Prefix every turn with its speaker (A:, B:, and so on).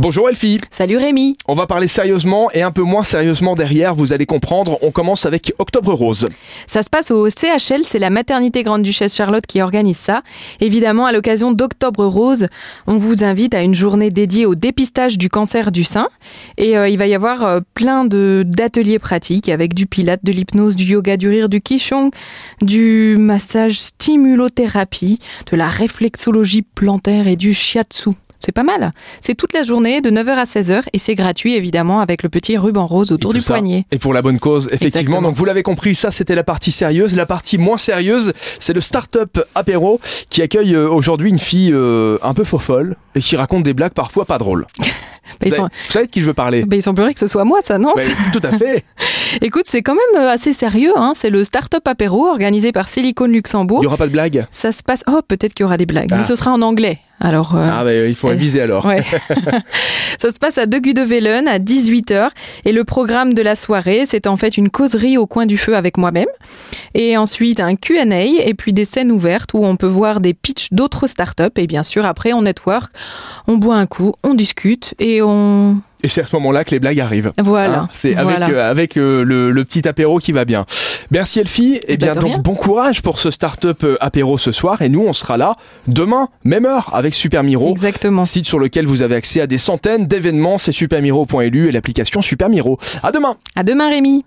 A: Bonjour Elfie,
B: Salut Rémi
A: on va parler sérieusement et un peu moins sérieusement derrière, vous allez comprendre, on commence avec Octobre Rose.
B: Ça se passe au CHL, c'est la maternité Grande-Duchesse Charlotte qui organise ça. Évidemment, à l'occasion d'Octobre Rose, on vous invite à une journée dédiée au dépistage du cancer du sein. Et euh, il va y avoir euh, plein de- d'ateliers pratiques avec du pilate, de l'hypnose, du yoga, du rire, du quichon, du massage stimulothérapie, de la réflexologie plantaire et du shiatsu. C'est pas mal. C'est toute la journée de 9h à 16h et c'est gratuit évidemment avec le petit ruban rose autour
A: tout
B: du
A: ça,
B: poignet.
A: Et pour la bonne cause, effectivement,
B: Exactement.
A: donc vous l'avez compris, ça c'était la partie sérieuse. La partie moins sérieuse, c'est le Startup Apéro qui accueille euh, aujourd'hui une fille euh, un peu fofolle et qui raconte des blagues parfois pas drôles.
B: Bah, ils
A: vous,
B: sont-
A: savez- vous savez de qui je veux parler
B: Ben, il semblerait que ce soit moi, ça, non
A: Ouais, Tout à fait
B: Écoute, c'est quand même euh, assez sérieux. Hein. C'est le Startup Apéro organisé par Silicon
A: Il
B: Luxembourg.
A: n'y aura pas de blague
B: Ça se passe. Oh, peut-être qu'il y aura des blagues,
A: Ah.
B: mais ce sera en anglais. Alors. euh,
A: Ah bah il faut
B: Euh,
A: réviser alors.
B: Ouais. ça se passe à Deguy de Velen à 18h et le programme de la soirée, c'est en fait une causerie au coin du feu avec moi-même et ensuite un Q&A et puis des scènes ouvertes où on peut voir des pitchs d'autres startups et bien sûr après on network, on boit un coup, on discute et on
A: Et c'est à ce moment-là que les blagues arrivent.
B: voilà.
A: Hein, c'est
B: Voilà.
A: avec, euh, avec euh, le, le petit apéro qui va bien. Merci Elfie. Et
B: Bah,
A: bien
B: de
A: donc
B: rien.
A: bon courage pour ce start-up euh, apéro ce soir. Et nous, on sera là demain, même heure, avec Super Miro.
B: Exactement.
A: Site sur lequel vous avez accès à des centaines d'événements, c'est supermiro.lu et l'application Super Miro. À demain!
B: À demain Rémi.